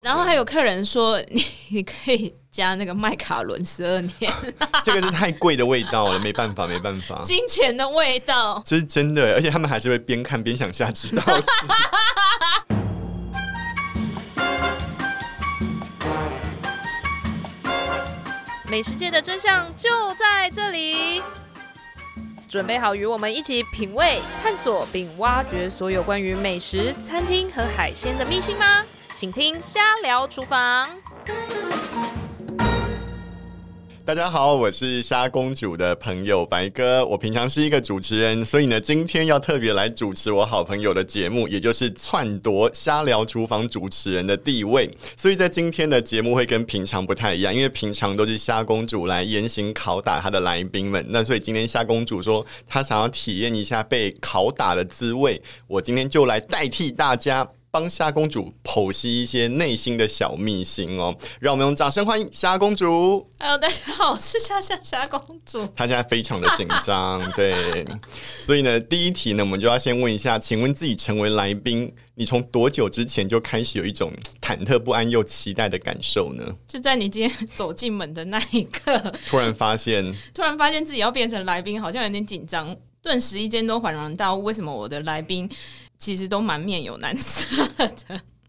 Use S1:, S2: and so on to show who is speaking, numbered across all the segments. S1: 然后还有客人说， 你你可以加那个麦卡伦十二 年，
S2: 这个是太贵的味道了，没办法，没办法，
S1: 金钱的味道。
S2: 这是真的，而且他们还是会边看边想下指导棋。
S3: 美食界的真相就在这里。准备好与我们一起品味、探索并挖掘所有关于美食、餐厅和海鲜的秘辛吗？请听《瞎聊厨房》。
S2: 大家好，我是虾公主的朋友白哥，我平常是一个主持人，所以呢，今天要特别来主持我好朋友的节目，也就是篡夺虾聊厨房主持人的地位。所以在今天的节目会跟平常不太一样，因为平常都是虾公主来严刑拷打她的来宾们，那所以今天虾公主说她想要体验一下被拷打的滋味，我今天就来代替大家。帮虾公主剖析一些内心的小秘辛哦，让我们用掌声欢迎虾公主。
S1: Hello，大哎家好，我是夏夏霞公主。
S2: 他现在非常的紧 张，对，所以呢，第一题呢，我们就要先问一下，请问自己成为来宾，你从多久之前就开始有一种忐忑不安又期待的感受呢？
S1: 就在你今天走进门的那一刻，
S2: 突然发现，
S1: 突然发现自己要变成来宾，好像有点紧张，顿时一间都恍然大悟，为什么我的来宾其实都满面有难色 的。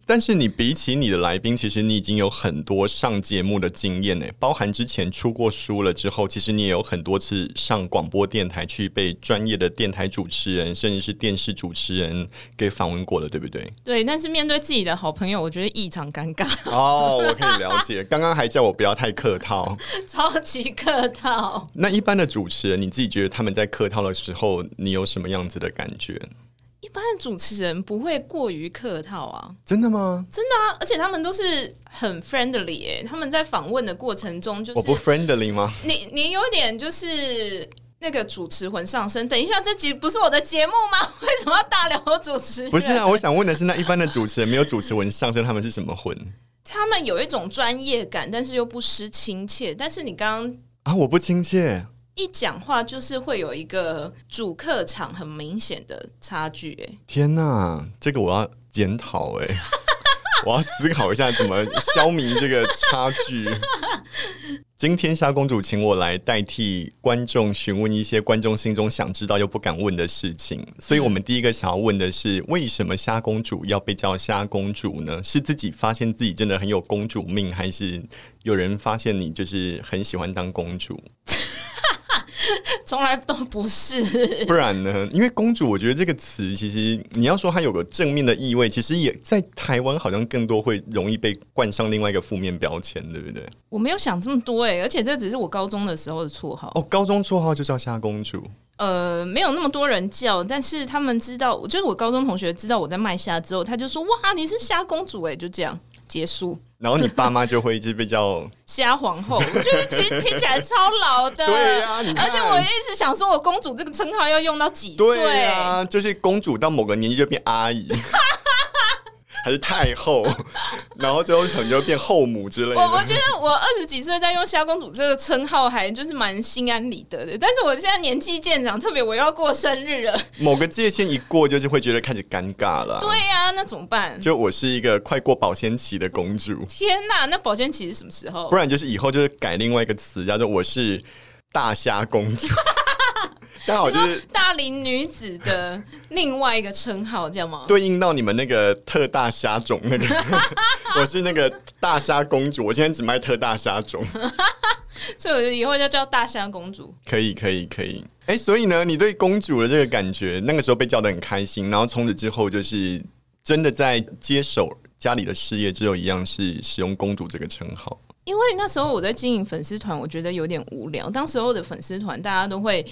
S2: 但是你比起你的来宾，其实你已经有很多上节目的经验呢，包含之前出过书了之后，其实你也有很多次上广播电台去被专业的电台主持人，甚至是电视主持人给访问过了，对不对？
S1: 对，但是面对自己的好朋友，我觉得异常尴尬，
S2: 哦，我可以了 解，刚刚还叫我不要太客套。
S1: 超级客套。
S2: 那一般的主持人，你自己觉得他们在客套的时候，你有什么样子的感觉？
S1: 一般的主持人不会过于客套啊，
S2: 真的吗？
S1: 真的啊，而且他们都是很 friendly，、欸、他们在访问的过程中就
S2: 我不
S1: 是
S2: friendly 吗？
S1: 你你有点就是那个主持魂上身。等一下，这集不是我的节目吗？ 为什么要大聊我主持人？
S2: 不是啊，我想问的是，那一般的主持人没有主持文上身，他们是什么魂
S1: 他们有一种专业感，但是又不失亲切。但是你刚刚
S2: 啊？我不亲切，
S1: 一讲话，就是会有一个主客场很明显的差距、欸，
S2: 天哪，这个我要检讨哎， 我要思考一下怎么消弭这个差距。今天夏公主请我来代替观众询问一些观众心中想知道又不敢问的事情，所以我们第一个想要问的是，为什么夏公主要被叫夏公主呢？是自己发现自己真的很有公主命，还是有人发现你就是很喜欢当公主？
S1: 从来都不是。
S2: 不然呢？因为公主，我觉得这个词其实你要说它有个正面的意味，其实也在台湾好像更多会容易被冠上另外一个负面标签，对不对？
S1: 我没有想这么多、欸，哎，而且这只是我高中的时候的绰号。
S2: 哦，高中绰号就叫夏公主，
S1: 呃，没有那么多人叫，但是他们知道，就是我高中同学知道我在卖虾之后，他就说：“哇，你是虾公主哎！”就这样结束，
S2: 然后你爸妈就会一直被 叫。
S1: 虾皇后，我觉得其实听起来超老的。
S2: 对呀、你看
S1: 而且我一直想说，我公主这个称号要用到几
S2: 对
S1: 岁？
S2: 呀、就是公主到某个年纪就变阿姨。 还是太后，然后最后可能就变后母之类
S1: 我我
S2: 的。
S1: 觉得我二十几岁在用“虾公主”这个称号，还就是蛮心安理得的。但是我现在年纪渐长，特别我又要过生日 了，
S2: 某个界限一过，就是会觉得开始尴尬了。
S1: 对呀、那怎么办？
S2: 就我是一个快过保鲜期的公主。
S1: 天哪，那保鲜期是什么时候
S2: 不？然就是以后就是改另外一个词，叫做我是大虾公主。刚好就
S1: 说
S2: 是
S1: 大龄女子的另外一个称号，这样吗？
S2: 对应到你们那个特大虾种那个， 我是那个大虾公主，我今天只卖特大虾种，
S1: 所以我就以后就叫大虾公主。
S2: 可以可以可以。哎、所以呢，你对公主的这个感觉，那个时候被叫的很开心，然后从此之后就是真的在接手家里的事业之后，一样是使用公主这个称号。
S1: 因为那时候我在经营粉丝团，我觉得有点无聊。当时候的粉丝团，大家都会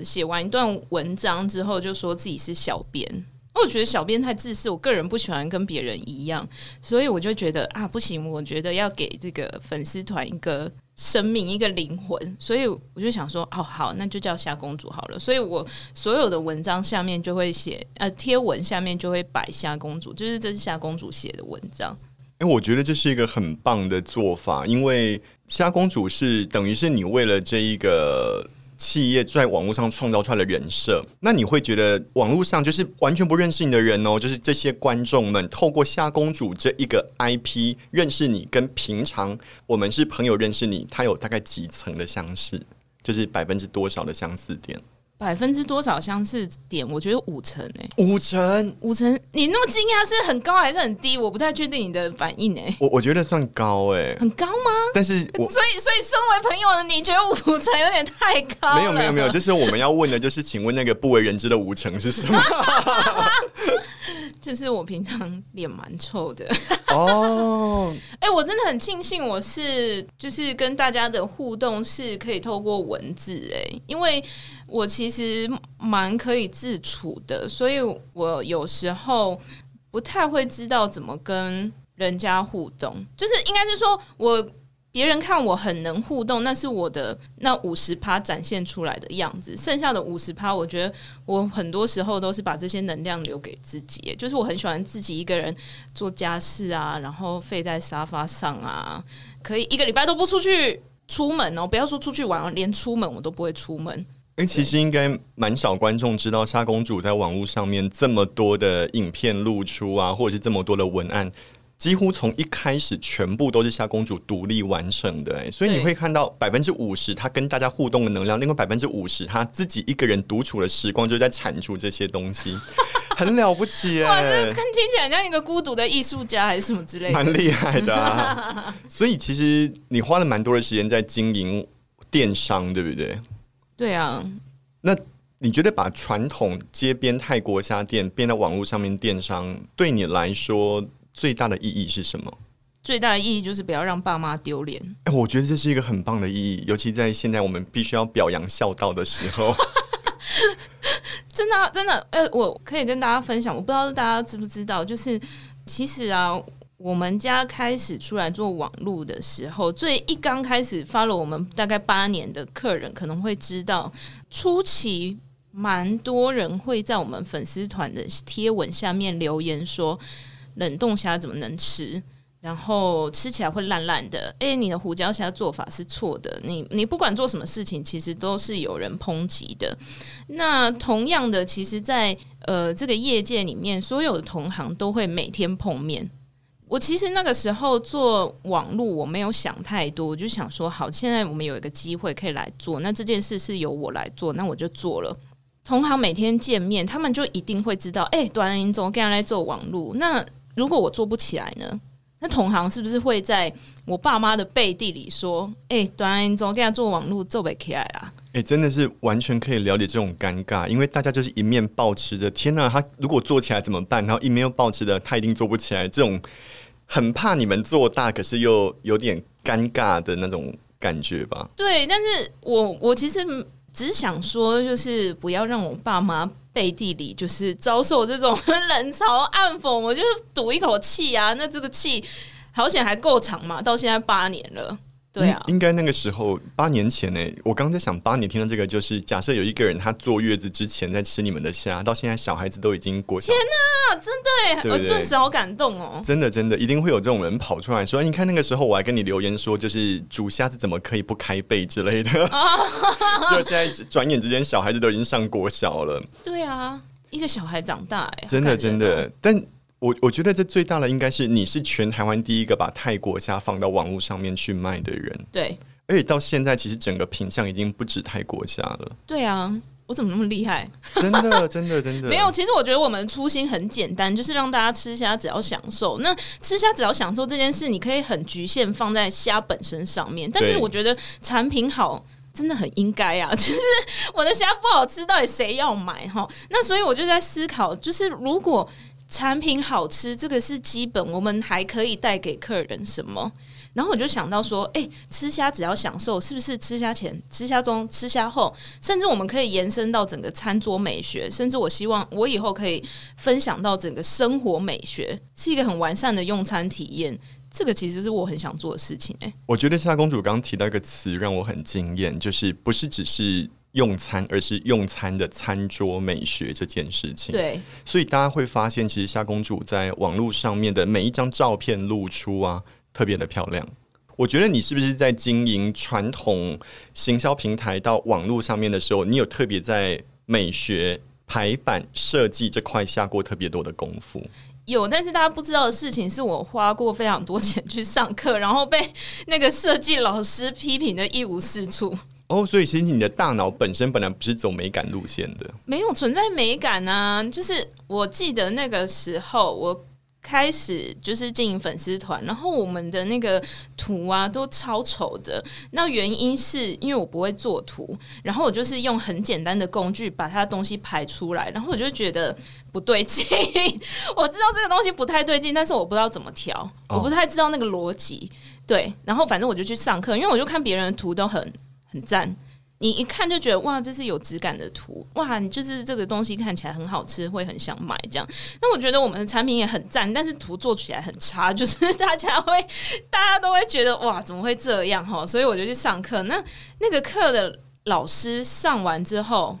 S1: 写完一段文章之后，就说自己是小编。我觉得小编太自私，我个人不喜欢跟别人一样，所以我就觉得啊，不行，我觉得要给这个粉丝团一个生命，一个灵魂。所以我就想说，哦，好，那就叫夏公主好了。所以我所有的文章下面就会写，呃，贴文下面就会摆夏公主，就是这是夏公主写的文章。
S2: 哎、我觉得这是一个很棒的做法，因为虾公主是等于是你为了这一个。企业在网络上创造出来的人设。那你会觉得网络上就是完全不认识你的人哦，就是这些观众们透过夏公主这一个 IP 认识你，跟平常我们是朋友认识你，它有大概几层的相似，就是百分之多少的相似点？
S1: 百分之多少相似点？我觉得五成哎、
S2: 五成，
S1: 五成。你那么惊讶是很高还是很低？我不太确定你的反应哎、
S2: 我我觉得算高哎、
S1: 很高吗？
S2: 但是 我
S1: 所以，所以身为朋友的你觉得五成有点太高了？
S2: 没有没有没有，就是我们要问的就是，请问那个不为人知的五成是什么？
S1: 就是我平常脸蛮臭的。
S2: 哦，
S1: 哎、我真的很庆幸，我是就是跟大家的互动是可以透过文字哎、因为我其实蛮可以自处的，所以我有时候不太会知道怎么跟人家互动，就是应该是说我。别人看我很能互动，那是我的那五十趴展现出来的样子，剩下的五十趴，我觉得我很多时候都是把这些能量留给自己耶，就是我很喜欢自己一个人做家事啊，然后废在沙发上啊，可以一个礼拜都不出去出门哦，不要说出去玩哦，连出门我都不会出门。
S2: 哎，其实应该蛮少观众知道沙公主在网络上面这么多的影片露出啊，或者是这么多的文案。几乎从一开始，全部都是夏公主独立完成的、哎，所以你
S1: 对
S2: 会看到百分之五十她跟大家互动的能量，另外百分之五十她自己一个人独处的时光，就是在产出这些东西， 很了不起、哎。
S1: 哇，这跟听起来很像一个孤独的艺术家还是什么之类的。
S2: 蛮厉害的、啊。 所以其实你花了蛮多的时间在经营电商，对不对？
S1: 对啊，
S2: 那你觉得把传统街边泰国虾店变到网络上面电商，对你来说最大的意义是什么？
S1: 最大的意义就是不要让爸妈丢脸。
S2: 哎、我觉得这是一个很棒的意义，尤其在现在我们必须要表扬孝道的时 候。
S1: 真的啊、真的，呃，我可以跟大家分享，我不知道大家知不知道，就是其实啊，我们家开始出来做网络的时候，最一刚开始发了我们大概八年的客人可能会知道，初期蛮多人会在我们粉丝团的贴文下面留言说，冷冻虾怎么能吃？然后吃起来会烂烂的。哎、你的胡椒虾做法是错的。你你不管做什么事情，其实都是有人抨击哎的。那同样的，其实在，呃这个业界里面，所有的同行都会每天碰面。我其实那个时候做网络，我没有想太多，我就想说，好，现在我们有一个机会可以来做，那这件事是由我来做，那我就做了。同行每天见面，他们就一定会知道，哎、短影总跟人来做网络，那如果我做不起来呢？那同行是不是会在我爸妈的背地里说，哎、短影总跟他做网络做不起来啊啦？
S2: 哎、真的是完全可以了解这种尴尬，因为大家就是一面抱持着“天呐，他如果做起来怎么办？”然后一面又抱持着“他一定做不起来”这种很怕你们做大，可是又有点尴尬的那种感觉吧。
S1: 对，但是我我其实只想说，就是不要让我爸妈背地里就是遭受这种 冷嘲暗讽，我就是赌一口气啊。那这个气好险还够长嘛，到现在八年了，对啊，
S2: 应应该那个时候八年前呢、我刚在想八年听到这个，就是假设有一个人他坐月子之前在吃你们的虾，到现在小孩子都已经国小，
S1: 对，
S2: 嗯对
S1: 我
S2: 对
S1: 顿时好感动哦。
S2: 真的真的一定会有这种人跑出来说，哎你看那个时候我还跟你留言说，就是煮虾子怎么可以不开背之类的，
S1: 哦
S2: 就现在转眼之间小孩子都已经上国小了，
S1: 对啊，一个小孩长大、哎，
S2: 真的
S1: 好感人
S2: 真
S1: 哦
S2: 的，但。我我觉得这最大的应该是你是全台湾第一个把泰国虾放到网络上面去卖的人，
S1: 对
S2: 而且到现在其实整个品相已经不止泰国虾了，
S1: 对啊。我怎么那么厉害？
S2: 真的 真的真的
S1: 没有，其实我觉得我们初心很简单，就是让大家吃虾只要享受。那吃虾只要享受这件事，你可以很局限放在虾本身上面，但是
S2: 对
S1: 我觉得产品好。真的很应该啊！ 就是我的虾不好吃，到底谁要买哈？那所以我就在思考，就是如果产品好吃，这个是基本，我们还可以带给客人什么？然后我就想到说，哎、吃虾只要享受，是不是吃虾前、吃虾中、吃虾后，甚至我们可以延伸到整个餐桌美学，甚至我希望我以后可以分享到整个生活美学，是一个很完善的用餐体验。这个其实是我很想做的事情、哎，
S2: 我觉得夏公主刚刚提到一个词让我很惊艳，就是不是只是用餐，而是用餐的餐桌美学这件事情。，
S1: 对，
S2: 所以大家会发现，其实夏公主在网络上面的每一张照片露出啊，特别的漂亮。我觉得你是不是在经营传统行销平台到网络上面的时候，你有特别在美学排版设计这块下过特别多的功夫？
S1: 有，但是大家不知道的事情是我花过非常多钱去上课，然后被那个设计老师批评的一无是处。
S2: 哦，所以其实你的大脑本身本来不是走美感路线的。
S1: 没有存在美感啊！就是我记得那个时候，我开始就是经营粉丝团，然后我们的那个图啊都超丑的。那原因是因为我不会做图，然后我就是用很简单的工具把它的东西排出来，然后我就觉得不对劲。 我知道这个东西不太对劲，但是我不知道怎么调，
S2: 哦
S1: 我不太知道那个逻辑。对，然后反正我就去上课，因为我就看别人的图都很很赞。你一看就觉得哇，这是有质感的图，哇，你就是这个东西看起来很好吃，会很想买这样。那我觉得我们的产品也很赞，但是图做起来很差， 就是大家会大家都会觉得哇，怎么会这样哈？所以我就去上课，那那个课的老师上完之后。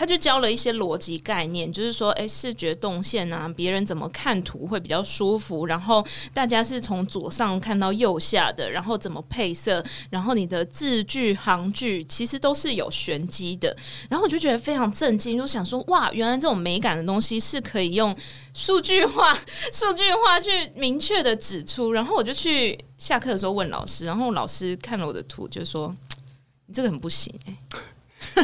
S1: 他就教了一些逻辑概念，就是说，诶，视觉动线啊，别人怎么看图会比较舒服，然后大家是从左上看到右下的，然后怎么配色，然后你的字句、行距其实都是有玄机的。然后我就觉得非常震惊，就想说哇，原来这种美感的东西是可以用数据化、 数据化去明确的指出。然后我就去下课的时候问老师，然后老师看了我的图就说：“你这个很不行、欸。”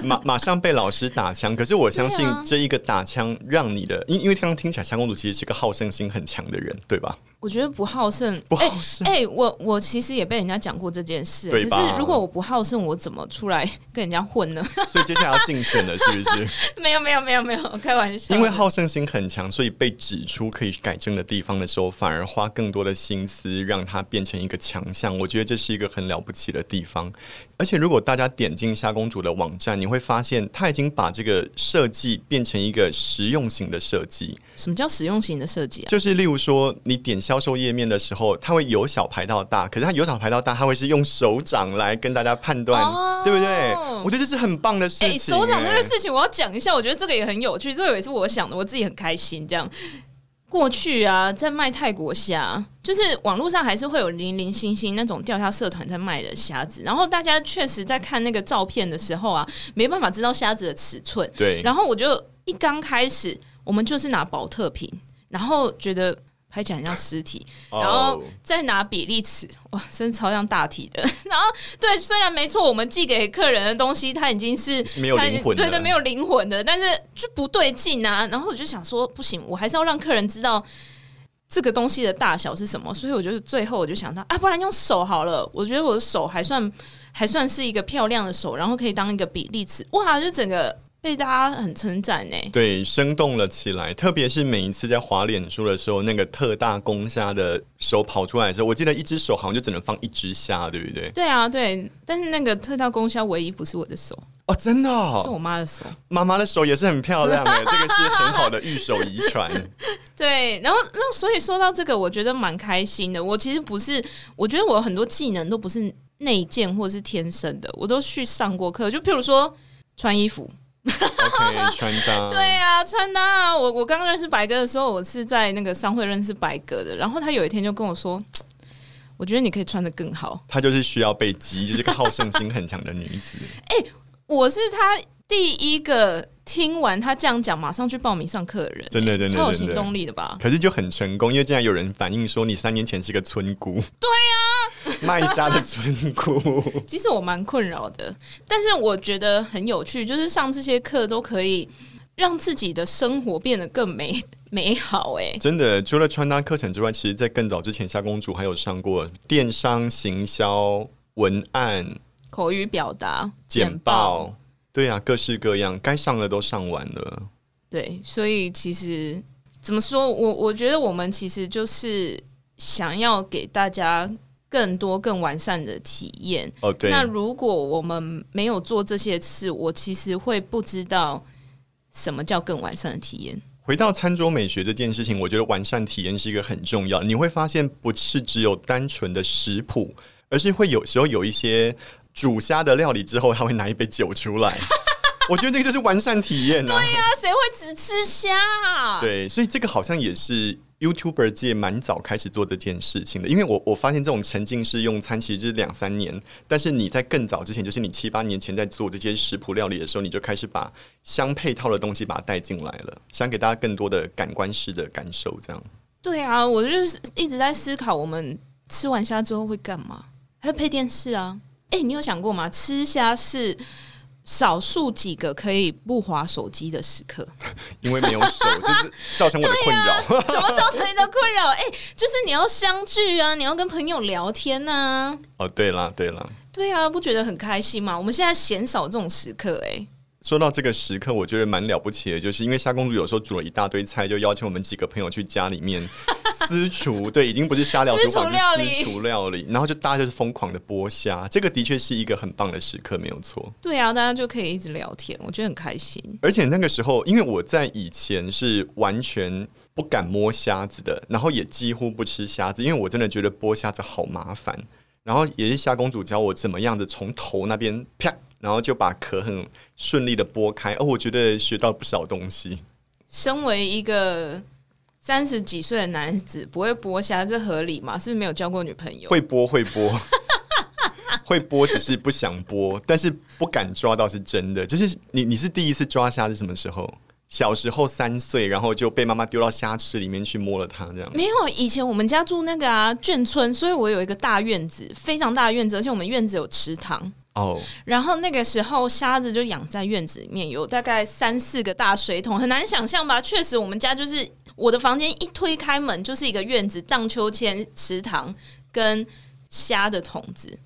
S2: 马马上被老师打枪，可是我相信
S1: 对啊
S2: 这一个打枪让你的，因因为刚刚听起来夏公主其实是个好胜心很强的人，对吧？
S1: 我觉得不好胜，
S2: 不好胜
S1: 哎、哎我我其实也被人家讲过这件事、欸
S2: 对
S1: 可
S2: 吧
S1: 是如果我不好胜，我怎么出来跟人家混呢？
S2: 所以接下来要竞选了，是不是？
S1: 没有没有没有没有，我开玩笑。
S2: 因为好胜心很强，所以被指出可以改正的地方的时候，反而花更多的心思让它变成一个强项。我觉得这是一个很了不起的地方。而且，如果大家点进夏公主的网站，你会发现她已经把这个设计变成一个实用型的设计。
S1: 什么叫实用型的设计啊？
S2: 就是例如说，你点销售页面的时候，它会由小排到大，可是它由小排到大，它会是用手掌来跟大家判断，
S1: 哦
S2: 对不对？我觉得这是很棒的事情、
S1: 哎、手掌这
S2: 哎
S1: 个事情我要讲一下，我觉得这个也很有趣，这个也是我想的，我自己很开心。这样过去啊，在卖泰国虾，就是网络上还是会有零零星星那种钓虾社团在卖的虾子，然后大家确实在看那个照片的时候啊，没办法知道虾子的尺寸，
S2: 对，
S1: 然后我就一刚开始，我们就是拿保特瓶，然后觉得拍起来很像尸体，
S2: 哦
S1: 然后再拿比例尺，哇，真的超像大体的。 然后对，虽然没错，我们寄给客人的东西它已经是
S2: 没有
S1: 它已经
S2: 灵魂的
S1: 对对，没有灵魂的，但是就不对劲啊。然后我就想说，不行，我还是要让客人知道。这个东西的大小是什么？所以我就是最后我就想到啊，不然用手好了。我觉得我的手还算还算是一个漂亮的手，然后可以当一个比例尺，哇，就整个被大家很称赞欸呢。
S2: 对，生动了起来。特别是每一次在滑脸书的时候，那个特大公虾的手跑出来的时候，我记得一只手好像就只能放一只虾，对不对？
S1: 对啊，对，但是那个特大功效唯一不是我的手，
S2: 哦，真的、
S1: 是
S2: 哦，
S1: 我妈的手。
S2: 妈妈的手也是很漂亮哎，这个是很好的育手遗 传。
S1: 对，然后那所以说到这个，我觉得蛮开心的。我其实不是，我觉得我有很多技能都不是内建或是天生的，我都去上过课。就譬如说穿衣服，
S2: OK，穿搭。
S1: 对啊，穿搭啊。我我刚认识白哥的时候，我是在那个商会认识白哥的，然后他有一天就跟我说。我觉得你可以穿的更好。
S2: 她就是需要被 激，就是个好胜心很强的女子。
S1: 我是他第一个听完他这样讲，马上去报名上课的人，
S2: 真的真的
S1: 超有
S2: 真的
S1: 行动力的吧？
S2: 可是就很成功，因为竟然有人反映说你三年前是个村姑。对啊，卖虾的村 姑。
S1: 其实我蛮困扰的，但是我觉得很有趣，就是上这些课都可以让自己的生活变得更美美好、欸。
S2: 真的，除了穿搭课程之外，其实，在更早之前，夏公主还有上过电商、行销、文案、
S1: 口语表达、
S2: 简报，，对啊，各式各样，该上的都上完了。
S1: 对，所以其实怎么说，我我觉得我们其实就是想要给大家更多更完善的体验。
S2: 哦，对，
S1: 那如果我们没有做这些事，我其实会不知道什么叫更完善的体验。
S2: 回到餐桌美学这件事情，我觉得完善体验是一个很重要。你会发现，不是只有单纯的食谱，而是会有时候有一些煮虾的料理之后，他会拿一杯酒出来。我觉得这个就是完善体验啊。
S1: 那谁会只吃虾啊？
S2: 对，所以这个好像也是 YouTuber 界蛮早开始做这件事情的，因为我我发现这种沉浸式用餐其实是两三年，但是你在更早之前，就是你七八年前在做这些食谱料理的时候，你就开始把相配套的东西把它带进来了，想给大家更多的感官式的感受，这样。
S1: 对啊，我就是一直在思考，我们吃完虾之后会干嘛？还会配电视啊？哎、你有想过吗？吃虾是少数几个可以不划手机的时刻，
S2: 因为没有手，就是造成我的困扰。
S1: 怎么造成你的困扰？哎、就是你要相聚啊，你要跟朋友聊天啊，
S2: 哦，对啦，对啦。
S1: 对啊，不觉得很开心吗？我们现在鲜少这种时刻、哎，
S2: 说到这个时刻，我觉得蛮了不起的，就是因为夏公主有时候煮了一大堆菜，就邀请我们几个朋友去家里 面私厨，对，已经不是虾料
S1: 私
S2: 厨房，
S1: 厨料
S2: 是
S1: 理
S2: 私厨料理，然后就大家就是疯狂的剥虾，这个的确是一个很棒的时刻，没有错。
S1: 对啊，大家就可以一直聊天，我觉得很开心。
S2: 而且那个时候，因为我在以前是完全不敢摸虾子的，然后也几乎不吃虾子，因为我真的觉得剥虾子好麻烦。然后也是虾公主教我怎么样子从头那边啪，然后就把壳很顺利的剥开。哦，我觉得学到不少东西。
S1: 身为一个三十几岁的男子，不会剥虾，这合理吗？是不是没有交过女朋友？
S2: 会播会播， 会播只是不想播，但是不敢抓到是真的。就是你你是第一次抓虾是什么时候？小时候三岁，然后就被妈妈丢到虾池里面去摸了它，这样。
S1: 没有，以前我们家住那个啊眷村，所以我有一个大院子，非常大的院子，而且我们院子有池塘。
S2: 哦，
S1: 然后那个时候虾子就养在院子里面，有大概三四个大水桶，很难想象吧？确实，我们家就是我的房间一推开门就是一个院子、荡秋千、池塘跟虾的桶子。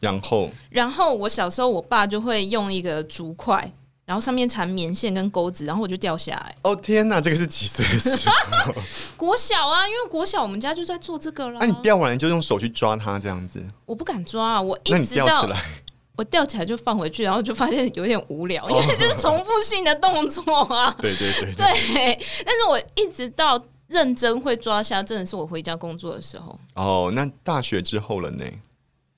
S2: 然后
S1: 然后我小时候，我爸就会用一个竹筷，然后上面缠棉线跟钩子，然后我就掉下来。
S2: 哦天哪，这个是几岁的时候？
S1: 国小啊，因为国小我们家就在做这个啦。
S2: 那、啊你掉完了就用手去抓它，这样子，
S1: 我不敢抓啊，我一
S2: 那你
S1: 直
S2: 掉
S1: 到
S2: 起来，。
S1: 我吊起来就放回去，然后就发现有点无聊，因为就是重复性的动作啊
S2: 对对对对，
S1: 对，但是我一直到认真会抓虾，真的是我回家工作的时候。
S2: 哦，那大学之后了呢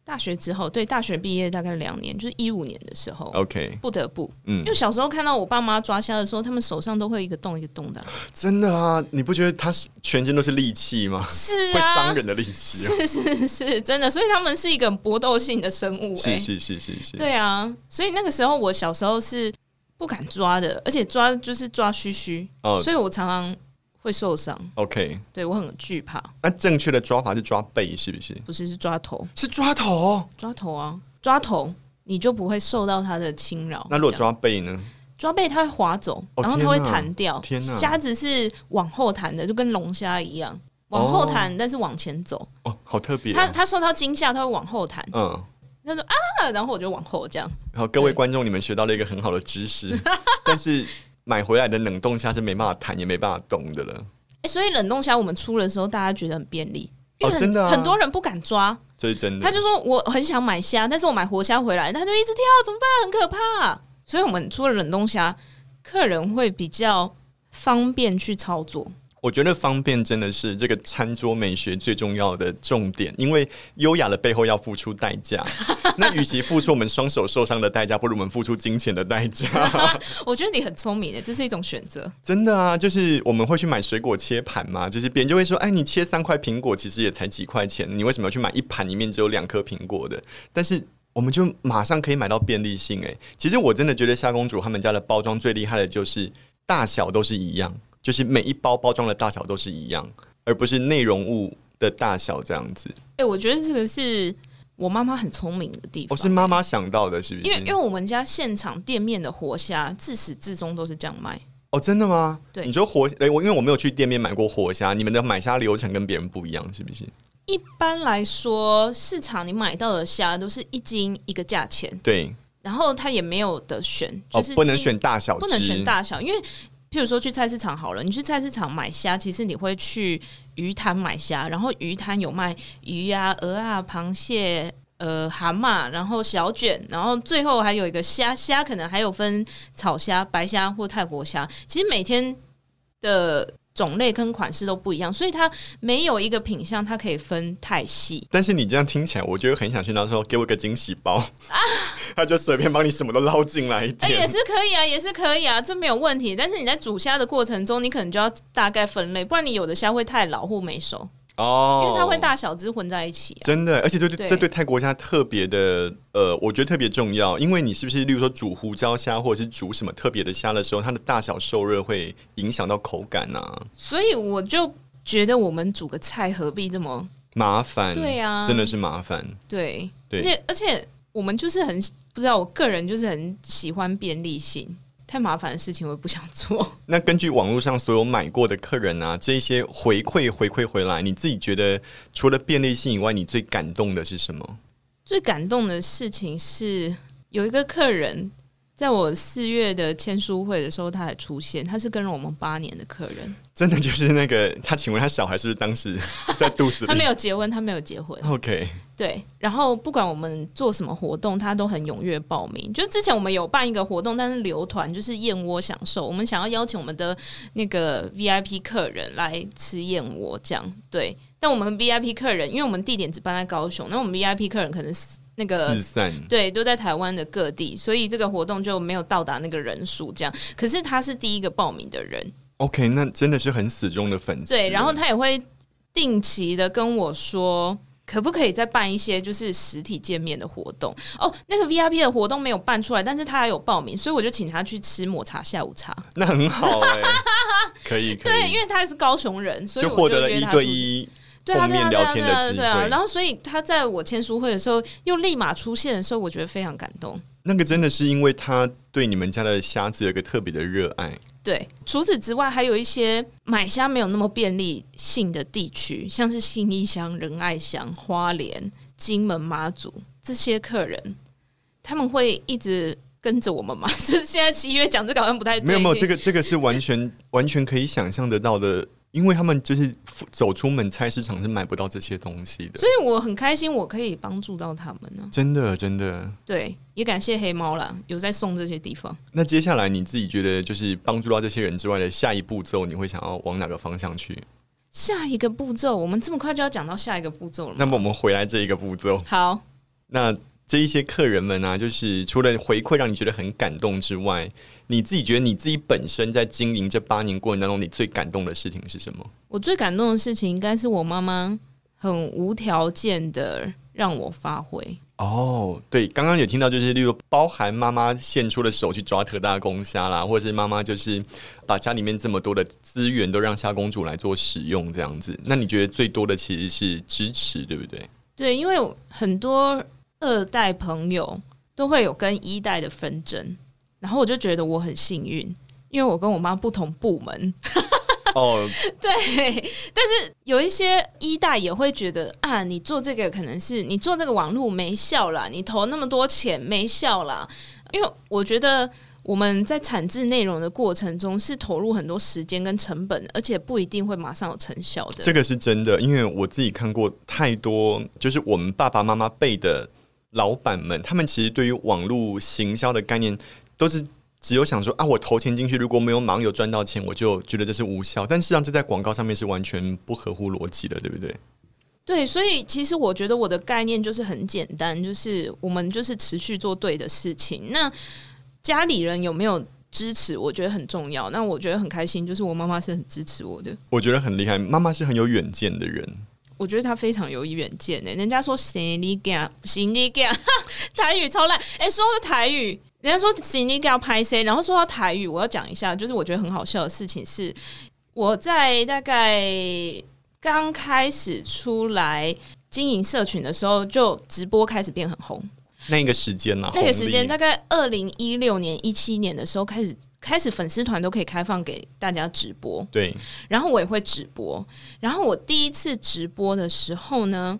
S1: 大学之后，对，大学毕业大概两年，就是一五年的时候，
S2: ？OK，
S1: 不得不，
S2: 哦嗯
S1: 因为，小时候看到我爸妈抓虾的时候，他们手上都会一个洞一个洞的啊，
S2: 真的啊，你不觉得它是全身都是力气吗？
S1: 是
S2: 会伤
S1: 啊，
S2: 人的力气、哦。
S1: 是是是，真的，所以他们是一个很搏斗性的生物、哎。
S2: 是是是是是，
S1: 对啊，所以那个时候我小时候是不敢抓的，而且抓就是抓须须，
S2: 哦
S1: 所以我常常会受伤，
S2: ，OK。
S1: 对我很惧怕，
S2: 那正确的抓法是抓背，是不是？
S1: 不是是抓头，
S2: 是抓头。
S1: 抓头啊，抓头你就不会受到它的侵扰。
S2: 那如果
S1: 哦这样
S2: 抓背呢？
S1: 抓背，它会滑走，
S2: 哦
S1: 然后它会
S2: 天哪
S1: 弹掉。
S2: 天哪
S1: 虾子是往后弹的，就跟龙虾一样。往后弹，但是往前走。
S2: 哦，好特别、
S1: 它
S2: 哦。
S1: 它受到惊吓，它会往后弹。
S2: 嗯，
S1: 它说啊，然后我就往后这样。
S2: 然后各位
S1: 对
S2: 观众，你们学到了一个很好的知识， 但是买回来的冷冻虾是没办法弹，也没办法动的了。
S1: 欸所以冷冻虾我们出的时候，大家觉得很便利，因为
S2: 哦
S1: 很、
S2: 真的啊
S1: 很多人不敢抓，
S2: 这是真的。
S1: 他就说我很想买虾，但是我买活虾回来，他就一直跳，怎么办？很可怕。所以我们出了冷冻虾，客人会比较方便去操作。
S2: 我觉得方便真的是这个餐桌美学最重要的重点，因为优雅的背后要付出代 价。那与其付出我们双手受伤的代价，不如我们付出金钱的代价。
S1: 我觉得你很聪明的，这是一种选择。
S2: 真的啊，就是我们会去买水果切盘嘛，就是别人就会说，哎，你切三块苹果其实也才几块钱，你为什么要去买一盘里面只有两颗苹果的？但是我们就马上可以买到便利性、哎，其实我真的觉得夏公主他们家的包装最厉害的就是大小都是一样，就是每一包包装的大小都是一样，而不是内容物的大小这样子。
S1: 哎、我觉得这个是我妈妈很聪明的地
S2: 我、哦
S1: 方。
S2: 是妈妈想到的，是不
S1: 因为因为
S2: 是？
S1: 我们家现场店面的活虾自始至终都是这样卖，
S2: 哦，真的吗？
S1: 对
S2: 你说活，哎、我因为我没有去店面买过活虾，你们的买虾流程跟别人不一样，是不是？
S1: 一般来说市场你买到的虾都是一斤一个价钱，
S2: 对，
S1: 然后他也没有得选，
S2: 哦
S1: 就是、，
S2: 不能选，大小，
S1: 不能选。大小，因为譬如说去菜市场好了，你去菜市场买虾，其实你会去鱼摊买虾，然后鱼摊有卖鱼啊、鹅啊、螃蟹。呃，蛤蟆，然后小卷，然后最后还有一个虾，虾可能还有分草虾、白虾或泰国虾。其实每天的种类跟款式都不一样，所以它没有一个品相它可以分太细。
S2: 但是你这样听起来，我就很想去那时候给我个惊喜包， 他就随便帮你什么都捞进来一
S1: 啊哎、也
S2: 点。
S1: 是可以啊，也是可以啊，这没有问题。但是你在煮虾的过程中，你可能就要大概分类，不然你有的虾会太老或没熟，
S2: 哦
S1: 因为它会大小只混在一起啊、
S2: 真的，而且对对，
S1: 对
S2: 这对泰国虾特别的，呃，我觉得特别重要，因为你是不是，例如说煮胡椒虾或者是煮什么特别的虾的时候，它的大小受热会影响到口感啊，
S1: 所以我就觉得我们煮个菜何必这么
S2: 麻烦，
S1: 对啊
S2: 真的是麻烦，
S1: 对？
S2: 对
S1: 而且而且我们就是很不知道，我个人就是很喜欢便利性，太麻烦的事情我也不想做。
S2: 那根据网络上所有买过的客人啊，这一些回馈回馈回来，你自己觉得除了便利性以外，你最感动的是什么？
S1: 最感动的事情是有一个客人。在我四月的签书会的时候，他还出现，他是跟了我们八年的客人，
S2: 真的就是那个他，请问他小孩是不是当 时在肚子
S1: 他没
S2: 里
S1: 有结婚，他没有结婚，
S2: ？OK，
S1: 对，然后不管我们做什么活动，他都很踊跃报名。就是之前我们有办一个活动，但是留团就是燕窝享受，我们想要邀请我们的那个 VIP 客人来吃燕窝，这样对。但我们 VIP 客人，因为我们地点只办在高雄，那我们 VIP 客人可能是那个
S2: 四散
S1: 对，都在台湾的各地，所以这个活动就没有到达那个人数，这样。可是他是第一个报名的人，
S2: OK，那真的是很死忠的粉丝。
S1: 对，然后他也会定期的跟我说。可不可以再办一些就是实体见面的活动？哦，那个 VIP 的活动没有办出来，但是他还有报名，所以我就请他去吃抹茶下午茶。
S2: 那很好 哎、可以可以，
S1: 对，因为他是高雄人，所以
S2: 就
S1: 我
S2: 获得了
S1: 约
S2: 一
S1: 他
S2: 对
S1: 出去
S2: 一
S1: 对啊，
S2: 碰
S1: 对啊，
S2: 面
S1: 对啊，
S2: 聊
S1: 对
S2: 天的
S1: 啊，
S2: 机
S1: 对啊。然
S2: 会。
S1: 后，所以他在我签书会的时候又立马出现的时候，我觉得非常感动。
S2: 那个真的是因为他对你们家的虾子有一个特别的热爱，
S1: 对，除此之外，还有一些买虾没有那么便利性的地区，像是信义乡、仁爱乡、花莲、金门、马祖这些客人，他们会一直跟着我们吗？ 这现在七月讲这个好像不太对劲，
S2: 没有没有，这个这个是完全 完全可以想象得到的，因为他们就是走出门菜市场是买不到这些东西的，
S1: 所以我很开心，我可以帮助到他们呢、
S2: 真的真的。
S1: 对，也感谢黑猫啦，有在送这些地方。
S2: 那接下来你自己觉得就是帮助到这些人之外的下一步骤，你会想要往哪个方向去？
S1: 下一个步骤，我们这么快就要讲到下一个步骤了
S2: 那
S1: 吗？
S2: 么我们回来这一个步骤，
S1: 好，
S2: 那这一些客人们呢、啊，就是除了回馈让你觉得很感动之外，你自己觉得你自己本身在经营这八年过程当中，你最感动的事情是什么？
S1: 我最感动的事情，应该是我妈妈很无条件的让我发挥。
S2: 哦，对，刚刚也听到，就是例如包含妈妈献出了手去抓特大公虾啦，或者是妈妈就是把家里面这么多的资源都让虾公主来做使用这样子。那你觉得最多的其实是支持，对不对？
S1: 对，因为很多二代朋友都会有跟一代的纷争，然后我就觉得我很幸运，因为我跟我妈不同部门。
S2: 哦，
S1: 对，但是有一些一代也会觉得啊，你做这个可能是你做这个网络没效啦，你投那么多钱没效啦，因为我觉得。我们在产制内容的过程中是投入很多时间跟成本，而且不一定会马上有成效的。
S2: 这个是真的，因为我自己看过太多，就是我们爸爸妈妈辈的老板们，他们其实对于网络行销的概念都是。只有想说啊，我投钱进去，如果没有忙有赚到钱，我就觉得这是无效。但事实上，这在广告上面是完全不合乎逻辑的，对不对？
S1: 对，所以其实我觉得我的概念就是很简单，就是我们就是持续做对的事情。那家里人有没有支持，我觉得很重要。那我觉得很开心，就是我妈妈是很支持我的。
S2: 我觉得很厉害，妈妈是很有远见的人。
S1: 我觉得她非常有远见呢、欸人家说行李感，行李感， 台语超烂。哎、说到台语，人家说行李感拍谁？然后说到台语，我要讲一下，就是我觉得很好笑的事情是，我在大概刚开始出来经营社群的时候，就直播开始变很红。
S2: 那一个时间啦，
S1: 那个
S2: 红
S1: 时
S2: 利
S1: 间大概二零一六年、一七年的时候开始，开始粉丝团都可以开放给大家直播。
S2: 对，
S1: 然后我也会直播。然后我第一次直播的时候呢，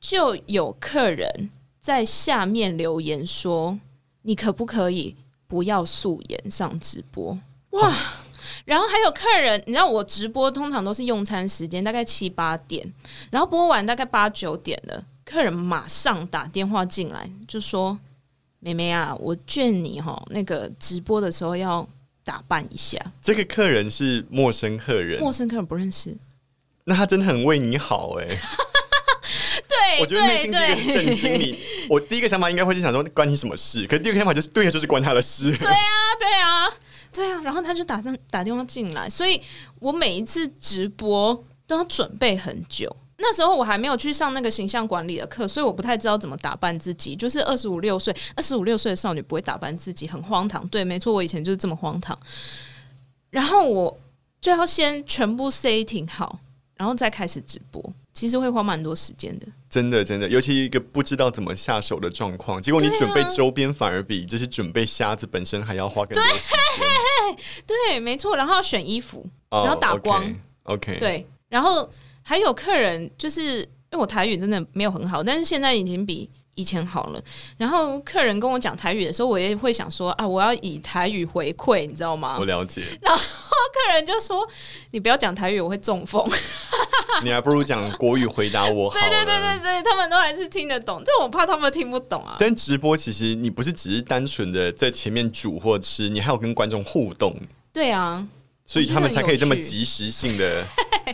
S1: 就有客人在下面留言说：“你可不可以不要素颜上直播？”哇！然后还有客人，你知道我直播通常都是用餐时间，大概七八点，然后播完大概八九点了，客人马上打电话进哦来就说：“妹妹啊，我劝你哈、那个直播的时候要打扮一下。
S2: 这个客人是陌生客人，
S1: 陌生客人不认识，
S2: 那他真的很为你好哎、
S1: 哎对
S2: 我觉得内心第一个 是震惊 你，我第一个想法应该会是想说关你什么事，可是第二个想法就是对啊，就是关他的事。
S1: 对啊，对啊，对啊。然后他就打上打电话进来，所以我每一次直播都要准备很久。那时候我还没有去上那个形象管理的课，所以我不太知道怎么打扮自己。就是二十五六岁，二十五六岁的少女不会打扮自己，很荒唐。对，没错，我以前就是这么荒唐。然后我就要先全部 setting 好，然后再开始直播，其实会花蛮多时间的。
S2: 真的真的，尤其一个不知道怎么下手的状况，结果你
S1: 对啊
S2: 准备周边反而比就是准备瞎子本身还要花更多时间。
S1: 对，没错。然后要选衣服，
S2: 哦
S1: 然后打光。
S2: OK，, o k
S1: 对，然后还有客人，就是因为我台语真的没有很好，但是现在已经比以前好了。然后客人跟我讲台语的时候，我也会想说啊，我要以台语回馈，你知道吗
S2: 我？了 解。
S1: 客人就说你不要讲台语，我会中 风。
S2: 你还不如讲国语回答我好了。
S1: 对对对对对，他们都还是听得懂，但我怕他们听不懂啊。
S2: 但直播其实你不是只是单纯的在前面煮或吃，你还有跟观众互动，
S1: 对啊，
S2: 所以他们才可以这么
S1: 我觉得很
S2: 及
S1: 有趣
S2: 时性的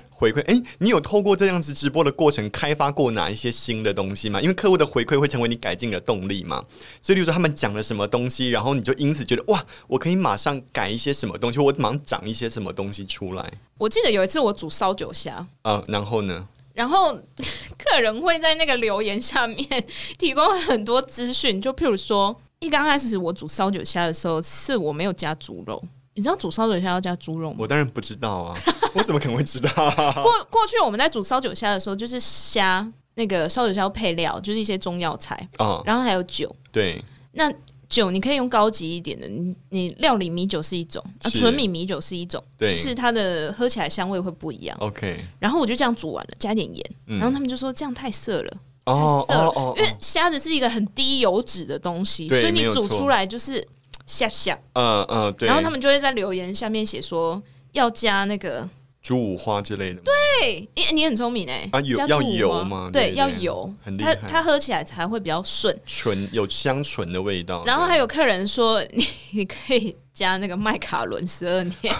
S2: 回馈。哎、你有透过这样子直播的过程开发过哪一些新的东西吗？因为客户的回馈会成为你改进的动力嘛。所以，例如说他们讲了什么东西，然后你就因此觉得哇，我可以马上改一些什么东西，我马上长一些什么东西出来
S1: 我记得有一次我煮烧酒虾，
S2: 啊。然后呢，
S1: 然后 客人会在那个留言下面 提供很多资讯，就譬如说，一刚开始我煮烧酒虾的时候，是我没有加猪肉。你知道煮烧酒虾要加猪肉吗？
S2: 我当然不知道 啊，我怎么可能会知道、啊？
S1: 过过去我们在煮烧酒虾的时候，就是虾那个烧酒虾配料，就是一些中药材，
S2: 啊，
S1: 然后还有酒。
S2: 对，
S1: 那酒你可以用高级一点的，你你料理米酒是一种，啊，
S2: 是
S1: 纯米米酒是一种，就
S2: 对
S1: 是它的喝起来香味会不一样。
S2: ，OK，
S1: 然后我就这样煮完了，加一点盐，
S2: 嗯
S1: 然后他们就说这样太涩了。
S2: 哦
S1: 太涩了
S2: 哦哦
S1: 因，为虾子是一个很低油脂的东西，所
S2: 对
S1: 以
S2: 没
S1: 你
S2: 有
S1: 煮
S2: 错
S1: 出来就是下下。
S2: 嗯嗯，对。
S1: 然后他们就会在留言下面写说要加那个，
S2: 猪五花之类的吗，
S1: 对，你你很聪明哎、
S2: 啊有
S1: 加
S2: 要
S1: 醋吗
S2: 油嘛对
S1: 对，
S2: 对
S1: 要油
S2: 很，厉
S1: 它
S2: 害
S1: 它喝起来才会比较顺。
S2: 醇有香醇的味道。
S1: 然后
S2: 哦对
S1: 还有客人说你你可以加那个麦卡伦十二 年，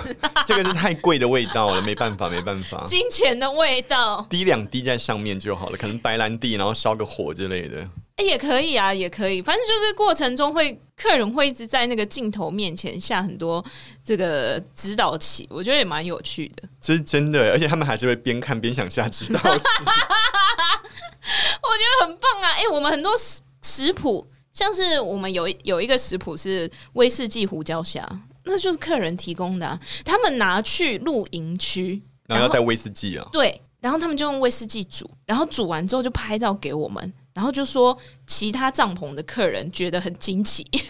S2: 这个是太贵的味道了，没办法，没办法，
S1: 金钱的味道，
S2: 滴两滴在上面就好了，可能白兰地，然后烧个火之类的。
S1: 哎也可以啊，也可以，反正就是过程中会客人会一直在那个镜头面前下很多这个指导棋，我觉得也蛮有趣的。
S2: 这是真的，而且他们还是会边看边想下指导棋。
S1: 我觉得很棒啊！哎、我们很多食食谱，像是我们有一有一个食谱是威士忌胡椒虾，那就是客人提供的、啊，他们拿去露营区，
S2: 然后要带威士忌啊，
S1: 对，然后他们就用威士忌煮，然后煮完之后就拍照给我们，然后就说其他帐篷的客人觉得很惊奇。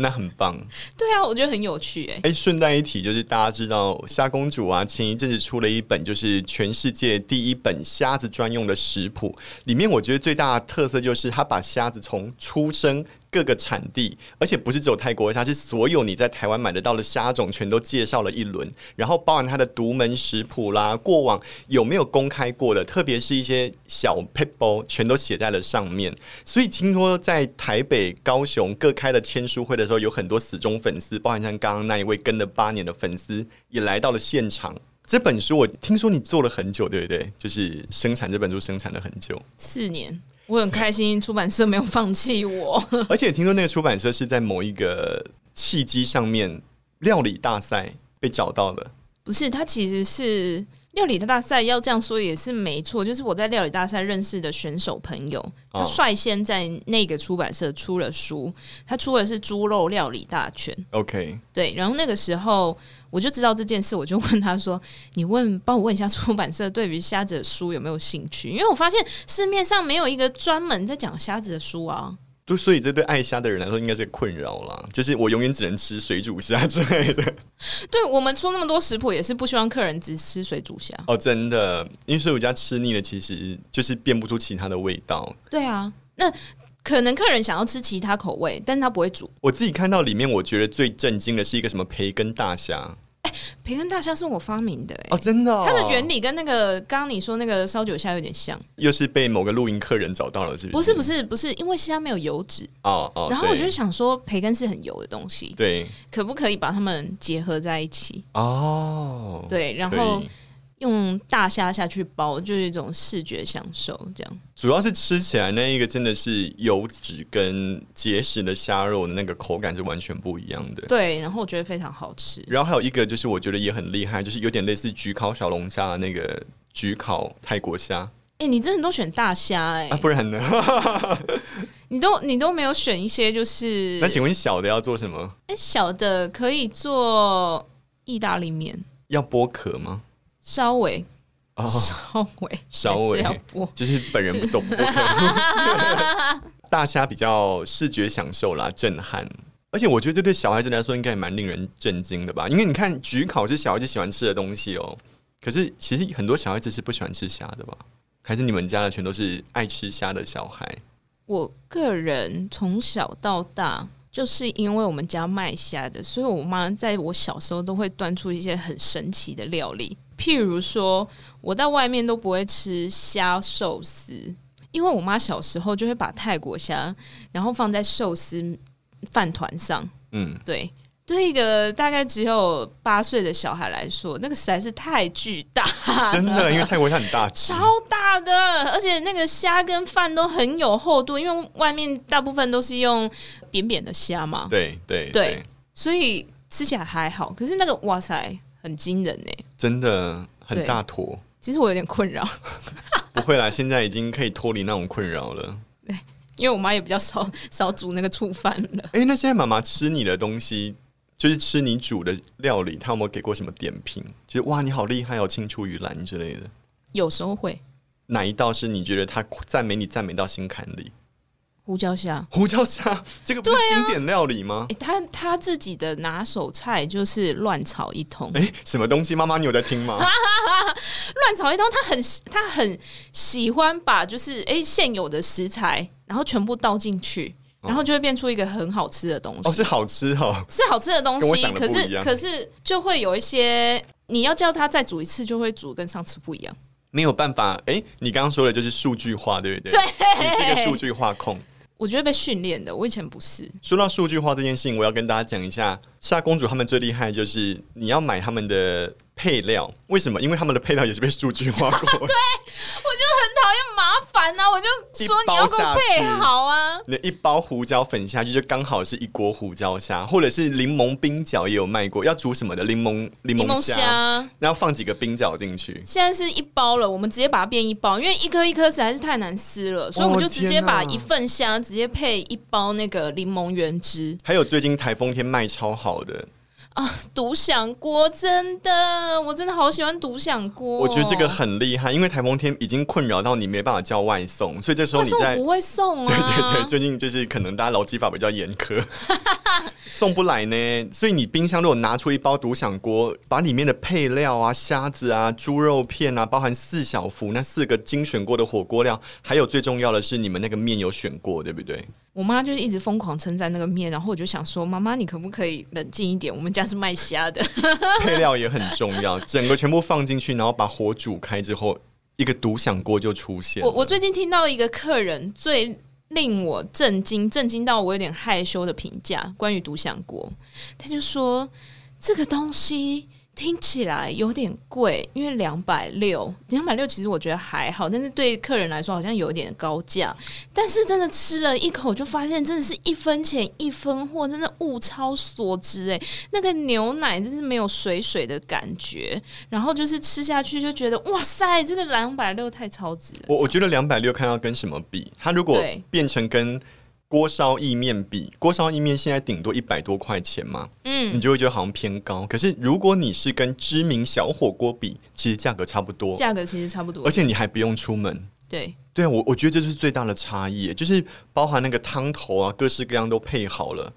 S2: 那很棒。
S1: 对啊，我觉得很有趣哎、
S2: 哎，顺带一提，就是大家知道虾公主啊，前一阵子出了一本就是全世界第一本虾子专用的食谱，里面我觉得最大的特色就是它把虾子从出生。各个产地，而且不是只有泰国的虾，是所有你在台湾买得到的虾种全都介绍了一轮，然后包含它的独门食谱啦，过往有没有公开过的，特别是一些小 p e p l e 全都写在了上面。所以听说在台北、高雄各开的签书会的时候，有很多死忠粉丝，包含像刚刚那一位跟了八年的粉丝，也来到了现场。这本书我听说你做了很久，对不对？就是生产这本书生产了很久，
S1: 四年，我很开心出版社没有放弃我。
S2: 而且听说那个出版社是在某一个契机上面料理大赛被找到了。
S1: 不是，它其实是料理大赛，要这样说也是没错。就是我在料理大赛认识的选手朋友，他
S2: 哦
S1: 率先在那个出版社出了书，他出的是《猪肉料理大全》。
S2: OK，
S1: 对，然后那个时候我就知道这件事，我就问他说：“你问，帮我问一下出版社对于虾子的书有没有兴趣？因为我发现市面上没有一个专门在讲虾子的书啊。”
S2: 就所以这对爱虾的人来说应该是个困扰啦，就是我永远只能吃水煮虾之类的。
S1: 对我们出那么多食谱，也是不希望客人只吃水煮虾。
S2: 哦，真的，因为水煮虾吃腻了，其实就是变不出其他的味道。
S1: 对啊，那可能客人想要吃其他口味，但是他不会煮。
S2: 我自己看到里面，我觉得最震惊的是一个什么培根大虾，
S1: 培根大虾是我发明的、欸，
S2: 哦，真的、哦，
S1: 它的原理跟那个刚刚你说那个烧酒虾有点像，
S2: 又是被某个露营客人找到了，是
S1: 不
S2: 是
S1: 是不是不是，因为虾没有油脂，
S2: 哦哦，
S1: 然后我
S2: 对
S1: 就想说培根是很油的东西，
S2: 对
S1: 可不可以把它们结合在一起？
S2: 哦，
S1: 对，然
S2: 可以，
S1: 后用大虾下去包，就是一种视觉享受，这样
S2: 主要是吃起来那一个真的是油脂跟结实的虾肉的那个口感是完全不一样的。
S1: 对，然后我觉得非常好吃，
S2: 然后还有一个就是我觉得也很厉害，就是有点类似焗烤小龙虾的那个焗烤泰国虾
S1: 哎、你真的都选大虾哎、
S2: 啊，不然呢？
S1: 你都你都没有选一些就是
S2: 那请问小的要做什么？
S1: 哎、小的可以做意大利面，
S2: 要剥壳吗？
S1: 稍微
S2: 哦，
S1: 稍微
S2: 稍
S1: 还
S2: 微
S1: 是要剥。
S2: 就是本人走不可能大虾比较视觉享受啦，震撼。而且我觉得这对小孩子来说应该也蛮令人震惊的吧，因为你看焗烤是小孩子喜欢吃的东西哦，可是其实很多小孩子是不喜欢吃虾的吧？还是你们家的全都是爱吃虾的小孩？
S1: 我个人从小到大。就是因为我们家卖虾的，所以我妈在我小时候都会端出一些很神奇的料理，譬如说，我到外面都不会吃虾寿司，因为我妈小时候就会把泰国虾，然后放在寿司饭团上，
S2: 嗯，
S1: 对，对一个大概只有八岁的小孩来说，那个实在是太巨大，
S2: 真的，因为泰国虾很大 只，
S1: 超大的，而且那个虾跟饭都很有厚度，因为外面大部分都是用扁扁的虾嘛，
S2: 对对
S1: 对所以吃起来还好。可是那个哇塞，很惊人呢、
S2: 真的很
S1: 对
S2: 大坨。
S1: 其实我有点困扰，
S2: 不会啦，现在已经可以脱离那种困扰了。
S1: 因为我妈也比较少少煮那个醋饭了。
S2: 哎、那现在妈妈吃你的东西，就是吃你煮的料理，她有没有给过什么点评？就是哇，你好厉害哦，青出于蓝之类的。
S1: 有时候会
S2: 哪一道是你觉得她赞美你赞美到心坎里？
S1: 胡椒虾，
S2: 胡椒虾，这个不是
S1: 对啊
S2: 经典料理吗
S1: 哎、？她她自己的拿手菜就是乱炒一通，
S2: 哎、什么东西？妈妈，你有在听吗？
S1: 啊乱炒一通，他很他很喜欢把就是哎、诶现有的食材，然后全部倒进去，然后就会变出一个很好吃的东西。
S2: 哦，是好吃哦。
S1: 是好吃的东
S2: 跟我
S1: 西，
S2: 想的
S1: 可
S2: 不一
S1: 是
S2: 样
S1: 可是就会有一些你要叫他再煮一次，就会煮跟上次不一样。
S2: 没有办法，哎、你刚刚说的就是数据化，对不对？对， 你是一个数据化控。
S1: 我觉得被训练的，我以前不是。
S2: 说到数据化这件事情，我要跟大家讲一下，夏公主他们最厉害的就是你要买他们的配料，为什么？因为他们的配料也是被数据化过。 对，
S1: 我就很讨厌麻烦啊！我就说
S2: 一
S1: 你
S2: 包
S1: 要给我
S2: 下去
S1: 配好啊，
S2: 那一包胡椒粉下去就刚好是一锅胡椒虾，或者是柠檬冰饺也有卖过，要煮什么的柠檬柠
S1: 柠
S2: 檬
S1: 檬
S2: 虾，
S1: 虾
S2: 然后放几个冰饺进去。
S1: 现在是一包了，我们直接把它变一包，因为一颗一颗实在是太难撕了，所以我们就直接把
S2: 天哪
S1: 一份虾直接配一包那个柠檬原汁。
S2: 还有最近台风天卖超好的，
S1: 独享锅真的，我真的好喜欢独享锅哦。
S2: 我觉得这个很厉害，因为台风天已经困扰到你没办法叫外送，所以这时候
S1: 但
S2: 你
S1: 是我
S2: 在
S1: 不会送啊。
S2: 对对对，最近就是可能大家劳基法比较严 苛，送不来呢。所以你冰箱如果拿出一包独享锅，把里面的配料啊、虾子啊、猪肉片啊，包含四小福那四个精选过的火锅料，还有最重要的是你们那个面有选过，对不 对？
S1: 我妈就是一直疯狂称赞那个面，然后我就想说，妈妈你可不可以冷静一点？我们家是卖虾的，
S2: 配料也很重要，整个全部放进去，然后把火煮开之后，一个独享锅就出现了。
S1: 我我最近听到一个客人最令我震惊，震惊到我有点害羞的评价，关于独享锅，他就说这个东西听起来有点贵，因为两百六，两百六其实我觉得还好，但是对客人来说好像有点高价。但是真的吃了一口就发现，真的是一分钱一分货，真的物超所值哎！那个牛奶真是没有水水的感觉，然后就是吃下去就觉得哇塞，这个两百六太超值了。
S2: 我我觉得两百六看要跟什么比，它如果
S1: 对
S2: 变成跟锅烧意面比，锅烧意面现在顶多一百多块钱嘛，
S1: 嗯
S2: 你就会觉得好像偏高。可是如果你是跟知名小火锅比，其实价格差不多，
S1: 价格其实差不多
S2: 而，且你还不用出门。
S1: 对，
S2: 对啊，我我觉得这就是最大的差异，就是包含那个汤头啊，各式各样都配好了，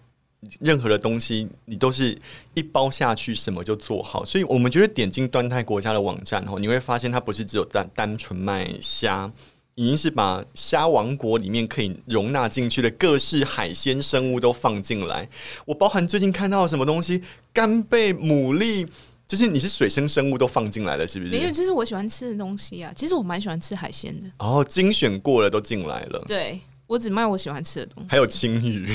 S2: 任何的东西你都是一包下去，什么就做好。所以我们觉得点进端泰国家的网站哦后，你会发现它不是只有单单纯卖虾。已经是把虾王国里面可以容纳进去的各式海鲜生物都放进来。我包含最近看到什么东西，干贝、牡蛎、就是你是水生生物都放进来了，是不
S1: 没有，
S2: 是？
S1: 就是我喜欢吃的东西啊。其实我蛮喜欢吃海鲜的，
S2: 哦，精选过了都进来了，
S1: 对我只卖我喜欢吃的东西。
S2: 还有青 鱼，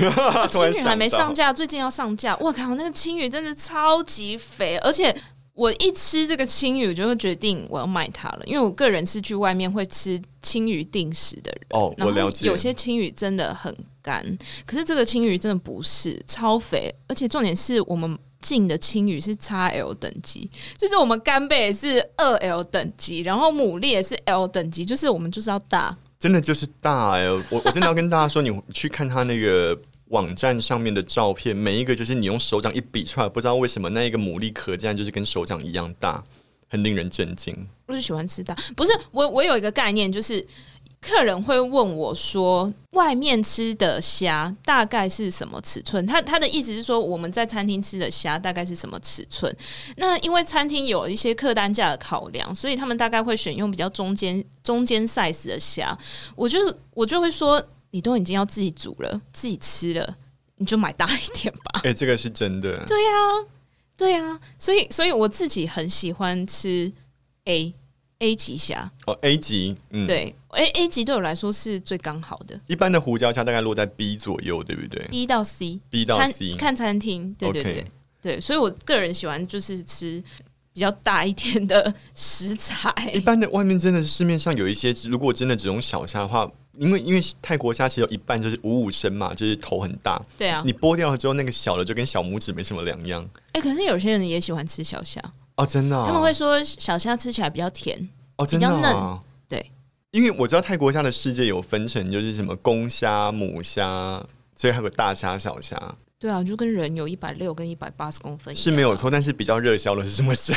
S2: 突
S1: 青
S2: 然
S1: 鱼
S2: 想
S1: 还没
S2: 到
S1: 上架，最近要上架。我靠，那个青鱼真的超级肥，而且我一吃这个青鱼，我就会决定我要买它了，因为我个人是去外面会吃青鱼定时的人。
S2: 哦，我
S1: 然
S2: 了
S1: 后
S2: 解。
S1: 有些青鱼真的很干，可是这个青鱼真的不是超肥，而且重点是我们进的青鱼是 XL 等级，就是我们干贝也是二 L 等级，然后牡蛎也是 L 等级，就是我们就是要大。
S2: 真的就是大哎、我我真的要跟大家说，你去看他那个网站上面的照片，每一个就是你用手掌一比出来，不知道为什么那一个牡蛎壳竟然就是跟手掌一样大，很令人震 惊。
S1: 我就喜欢吃大，不是我我有一个概念，就是客人会问我说，外面吃的虾大概是什么尺寸？他他的意思是说，我们在餐厅吃的虾大概是什么尺寸？那因为餐厅有一些客单价的考量，所以他们大概会选用比较中间中间 size 的虾。我就我就会说，你都已经要自己煮了，自己吃了，你就买大一点吧。
S2: 哎、这个是真的。
S1: 对呀、对呀、所以所以我自己很喜欢吃 A A 级虾，
S2: 哦，A 级，嗯，。
S1: 对 A A 级对我来说是最刚好的
S2: 一般的胡椒虾大概落在 B 左右，对不对
S1: ，B 到 C，
S2: ？B 到
S1: 餐
S2: C，
S1: 看餐厅，对对
S2: OK
S1: 对对，所以我个人喜欢就是吃比较大一点的 食材，
S2: 一般的外面真的是市面上有一些，如果真的只用小虾的话，因为因为泰国虾其实有一半就是五五身嘛，就是头很大，
S1: 对啊，
S2: 你剥掉了之后，那个小的就跟小拇指没什么两样
S1: 哎、可是有些人也喜欢吃小虾，
S2: 哦，真的啊、
S1: 他们会说小虾吃起来比较甜，
S2: 哦，真
S1: 比
S2: 的、
S1: 较
S2: 啊、
S1: 嫩对，
S2: 因为我知道泰国虾的世界有分成，就是什么公虾、母虾，所以还有大虾、小虾
S1: 对啊，就跟人有一百六跟一百八十公分一样
S2: 是没有错，但是比较热销的是什么 虾？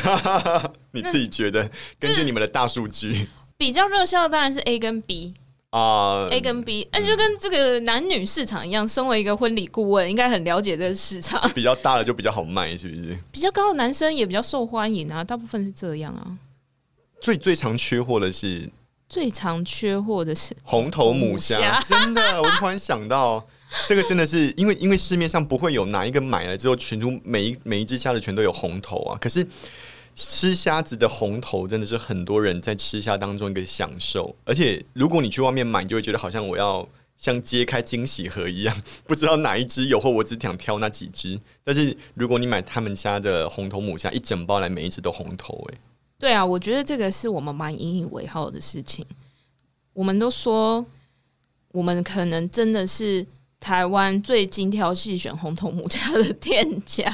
S2: 你自己觉得？根据你们的大数据
S1: 比较热销的当然是 A 跟 B，
S2: 啊
S1: A 跟 B，那就跟这个男女市场一样，身为一个婚礼顾问，应该很了解这个市场。
S2: 比较大的就比较好卖，是不是？
S1: 比较高的男生也比较受欢迎啊，大部分是这样啊。
S2: 最最常缺货的是
S1: 最常缺货的是
S2: 红头母虾，真的，我突然想到。这个真的是因为因为市面上不会有哪一个买了之后全出每一每一只虾的全都有红头啊，可是吃虾子的红头真的是很多人在吃虾当中一个享受，而且如果你去外面买，你就会觉得好像我要像揭开惊喜盒一样， 不知道哪一只有，或我只想挑那几只。但是如果你买他们家的红头母虾一整包来，每一只都红头、欸，
S1: 对啊，我觉得这个是我们蛮引以为豪的事情。我们都说，我们可能真的是台湾最精挑细选红头母家的店家。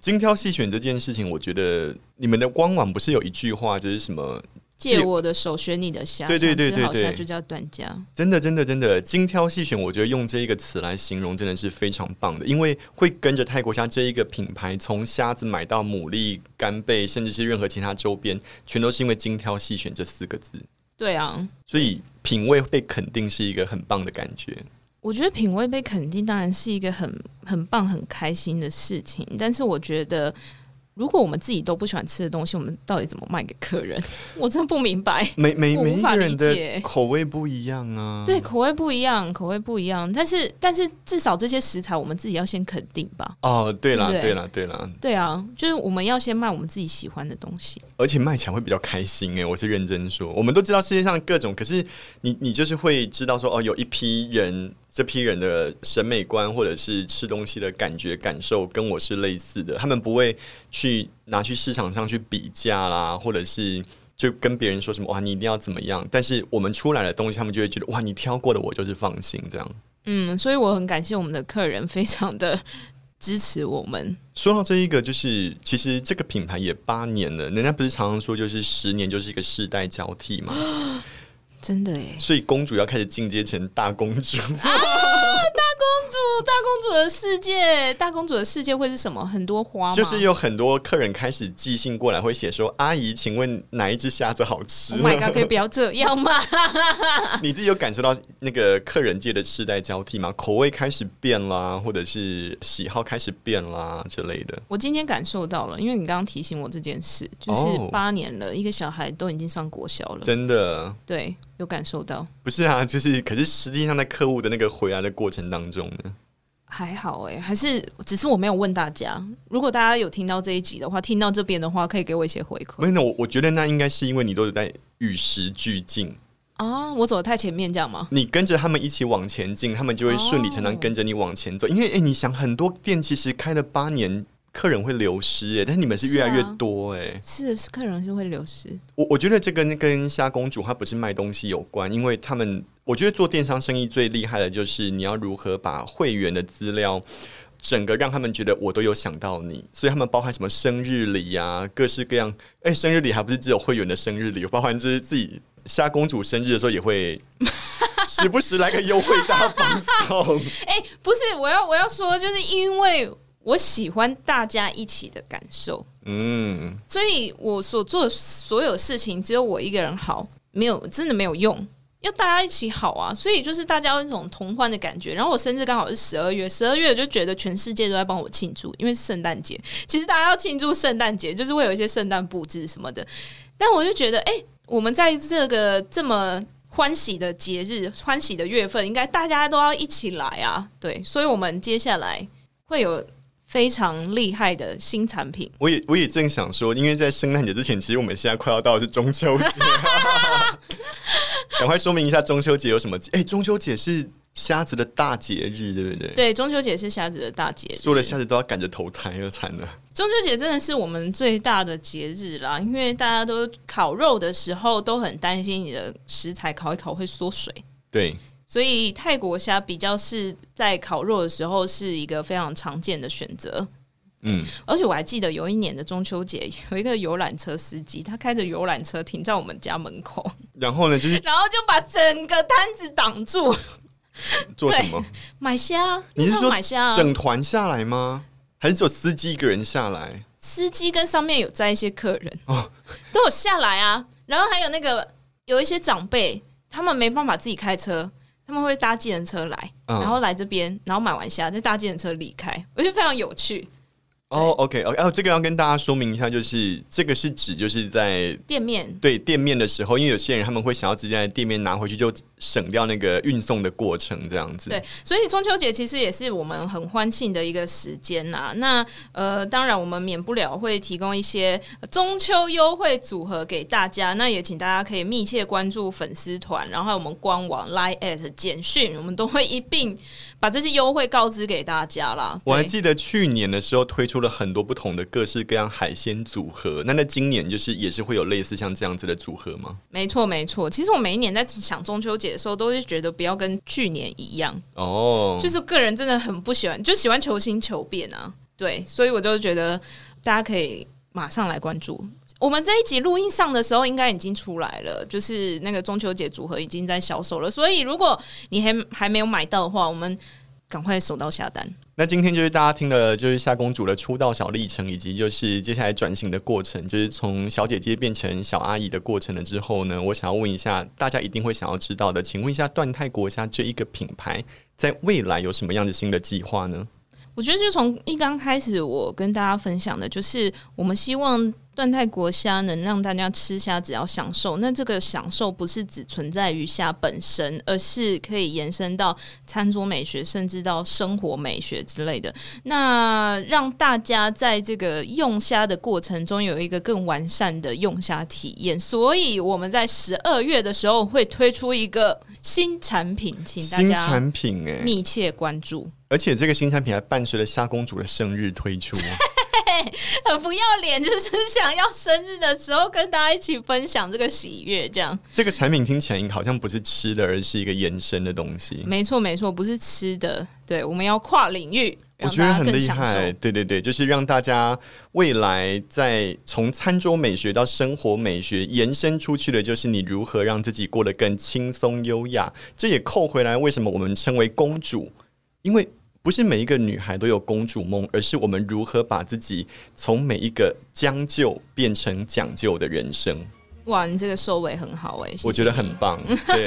S2: 精挑细选这件事情，我觉得你们的官网不是有一句话，就是什么？
S1: 借我的手，选你的虾，
S2: 对对对
S1: 想吃好
S2: 对对
S1: 虾就叫短家。
S2: 真的，真的，真的，精挑细选，我觉得用这一个词来形容真的是非常棒的，因为会跟着泰国虾这一个品牌，从虾子买到牡蛎、干贝，甚至是任何其他周边，全都是因为精挑细选这四个字，
S1: 对啊，
S2: 所以品味被肯定是一个很棒的感觉。
S1: 我觉得品味被肯定当然是一个很很棒、很开心的事情，但是我觉得，如果我们自己都不喜欢吃的东西，我们到底怎么卖给客人？ 我真的不明白。
S2: 每每
S1: 我无
S2: 每一
S1: 法
S2: 个
S1: 理
S2: 人的
S1: 解
S2: 口味不一样啊，
S1: 对，口味不一样，口味不一样，但是但是至少这些食材我们自己要先肯定吧。
S2: 哦，对啦，
S1: 对不
S2: 对
S1: 对
S2: 啦，对啦，
S1: 对啊，就是我们要先卖我们自己喜欢的东西。
S2: 而且卖起来会比较开心哎，我是认真说。我们都知道世界上各种，可是你你就是会知道说哦，有一批人，这批人的审美观或者是吃东西的感觉感受跟我是类似的，他们不会去拿去市场上去比价啦，或者是。就跟别人说什么哇，啊你一定要怎么样？但是我们出来的东西，他们就会觉得哇，你挑过的我就是放心这样。
S1: 嗯，所以我很感谢我们的客人，非常的支持我们。
S2: 说到这一个，就是其实这个品牌也八年了，人家不是常常说就是十年就是一个世代交替嘛，
S1: 真的耶！
S2: 所以公主要开始进阶成大公 主，
S1: 公主，大公主的世界，大公主的世界会是什么？很多花吗？
S2: 就是有很多客人开始寄信过来，会写说：“阿姨，请问哪一只虾子好吃
S1: Oh my god！可以不啊要这样吗？
S2: 你自己有感受到那个客人界的世代交替吗？口味开始变啦，或者是喜好开始变啦之类的。
S1: 我今天感受到了，因为你刚刚提醒我这件事，就是
S2: 哦
S1: 八年了，一个小孩都已经上国小了，
S2: 真的
S1: 对，有感受到。
S2: 不是啊，就是可是实际上在客户的那个回来的过程当中呢，
S1: 还好哎、还是只是我没有问大家。如果大家有听到这一集的话，听到这边的话，可以给我一些回馈
S2: 没有，我我觉得那应该是因为你都有在与时俱进，
S1: 啊。我走的太前面，这样吗？
S2: 你跟着他们一起往前进，他们就会顺理成章
S1: 哦
S2: 跟着你往前走。因为哎、你想很多店其实开了八年，客人会流失哎、但是你们是
S1: 是
S2: 越来越
S1: 啊
S2: 多哎、
S1: 是，是客人是会流失。
S2: 我我觉得这跟跟虾公主她不是卖东西有关，因为他们我觉得做电商生意最厉害的就是你要如何把会员的资料。整个让他们觉得我都有想到你，所以他们包含什么生日礼呀、各式各样。哎、生日礼还不是只有会员的生日礼，包含就是自己虾公主生日的时候也会 时不时来个优惠大放送。
S1: 哎、不是，我要我要说，就是因为我喜欢大家一起的感受，
S2: 嗯，
S1: 所以我所做的所有事情，只有我一个人好，没有真的没有用。要大家一起好啊，所以就是大家有一种同欢的感觉。然后我生日刚好是十二月，十二月我就觉得全世界都在帮我庆祝，因为是圣诞节。其实大家要庆祝圣诞节，就是会有一些圣诞布置什么的。但我就觉得，哎、我们在这个这么欢喜的节日、欢喜的月份，应该大家都要一起来啊。对，所以我们接下来会有非常厉害的新产品。
S2: 我也我也正想说，因为在圣诞节之前，其实我们现在快要到的是中秋节，啊 赶快说明一下中秋节有什么节？哎、中秋节是瞎子的大节日，对不对？
S1: 对，中秋节是瞎子的大节日。
S2: 所有的瞎子都要赶着投胎了，惨了！
S1: 中秋节真的是我们最大的节日啦，因为大家都烤肉的时候都很担心你的食材烤一烤会缩水，
S2: 对，
S1: 所以泰国虾比较是在烤肉的时候是一个非常常见的选择。
S2: 嗯，
S1: 而且我还记得有一年的中秋节，有一个游览车司机，他开着游览车停在我们家门口，
S2: 然后呢，就是
S1: 然后就把整个摊子挡住，
S2: 做什么？
S1: 买虾，
S2: 你是
S1: 他
S2: 说
S1: 买虾啊？
S2: 整团下来吗？还是只有司机一个人下来？
S1: 司机跟上面有载一些客人
S2: 哦
S1: 都有下来啊。然后还有那个有一些长辈，他们没办法自己开车，他们会搭计程车来，
S2: 嗯
S1: 然后来这边，然后买完虾再搭计程车离开，我觉得非常有趣。
S2: 哦，OK，OK，哦、o k 哦，这个要跟大家说明一下，就是这个是指就是在
S1: 店面
S2: 对店面的时候，因为有些人他们会想要直接在店面拿回去，就省掉那个运送的过程，这样子。
S1: 对，所以中秋节其实也是我们很欢庆的一个时间呐、那呃，当然我们免不了会提供一些呃中秋优惠组合给大家，那也请大家可以密切关注粉丝团，然后还有我们官网 Line at 简讯，我们都会一并把这些优惠告知给大家啦。
S2: 我还
S1: 对
S2: 记得去年的时候推出了很多不同的各式各样海鲜组合，那在今年就是也是会有类似像这样子的组合吗？
S1: 没错没错，其实我每一年在想中秋节的时候，都是觉得不要跟去年一样，
S2: 哦，
S1: 就是个人真的很不喜欢，就喜欢求新求变啊。对，所以我就觉得大家可以马上来关注。我们这一集录音上的时候，应该已经出来了，就是那个中秋节组合已经在销售了。所以如果你还还没有买到的话，我们赶快手到下单。
S2: 那今天就是大家听了就是夏公主的出道小历程，以及就是接下来转型的过程，就是从小姐姐变成小阿姨的过程了之后呢，我想要问一下大家一定会想要知道的，请问一下段泰国虾这一个品牌在未来有什么样的新的计划呢？
S1: 我觉得就从一刚开始，我跟大家分享的就是，我们希望段泰国虾能让大家吃虾只要享受，那这个享受不是只存在于虾本身，而是可以延伸到餐桌美学，甚至到生活美学之类的。那让大家在这个用虾的过程中有一个更完善的用虾体验，所以我们在十二月的时候会推出一个新产品，请大
S2: 新
S1: 家
S2: 产品哎、
S1: 密切关注。
S2: 而且这个新产品还伴随着夏公主的生日推 出。
S1: 很不要脸，就是 想要生日的时候跟大家一起分享这个喜悦，这样。
S2: 这个产品听起来好像不是吃的，而是一个延伸的东西。
S1: 没错，没错，不是吃的，对，我们要跨领域，
S2: 我
S1: 让
S2: 觉得
S1: 大家
S2: 很
S1: 更
S2: 厉
S1: 享受。
S2: 害，对对对，就是让大家未来在从餐桌美学到生活美学延伸出去的，就是你如何让自己过得更轻松优雅。这也扣回来，为什么我们称为公主？因为不是每一个女孩都有公主梦，而是我们如何把自己从每一个将就变成讲究的人生。
S1: 哇，你这个收尾很好哎、谢谢
S2: 我觉得
S1: 你
S2: 很棒，对。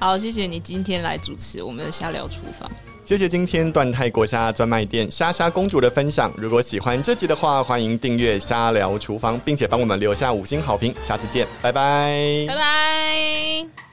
S1: 好，谢谢你今天来主持我们的瞎聊厨房。
S2: 谢谢今天段泰国虾专卖店虾虾公主的分享。如果喜欢这集的话，欢迎订阅虾嗯聊厨房，并且帮我们留下五星好评。下次见，拜拜
S1: 拜拜。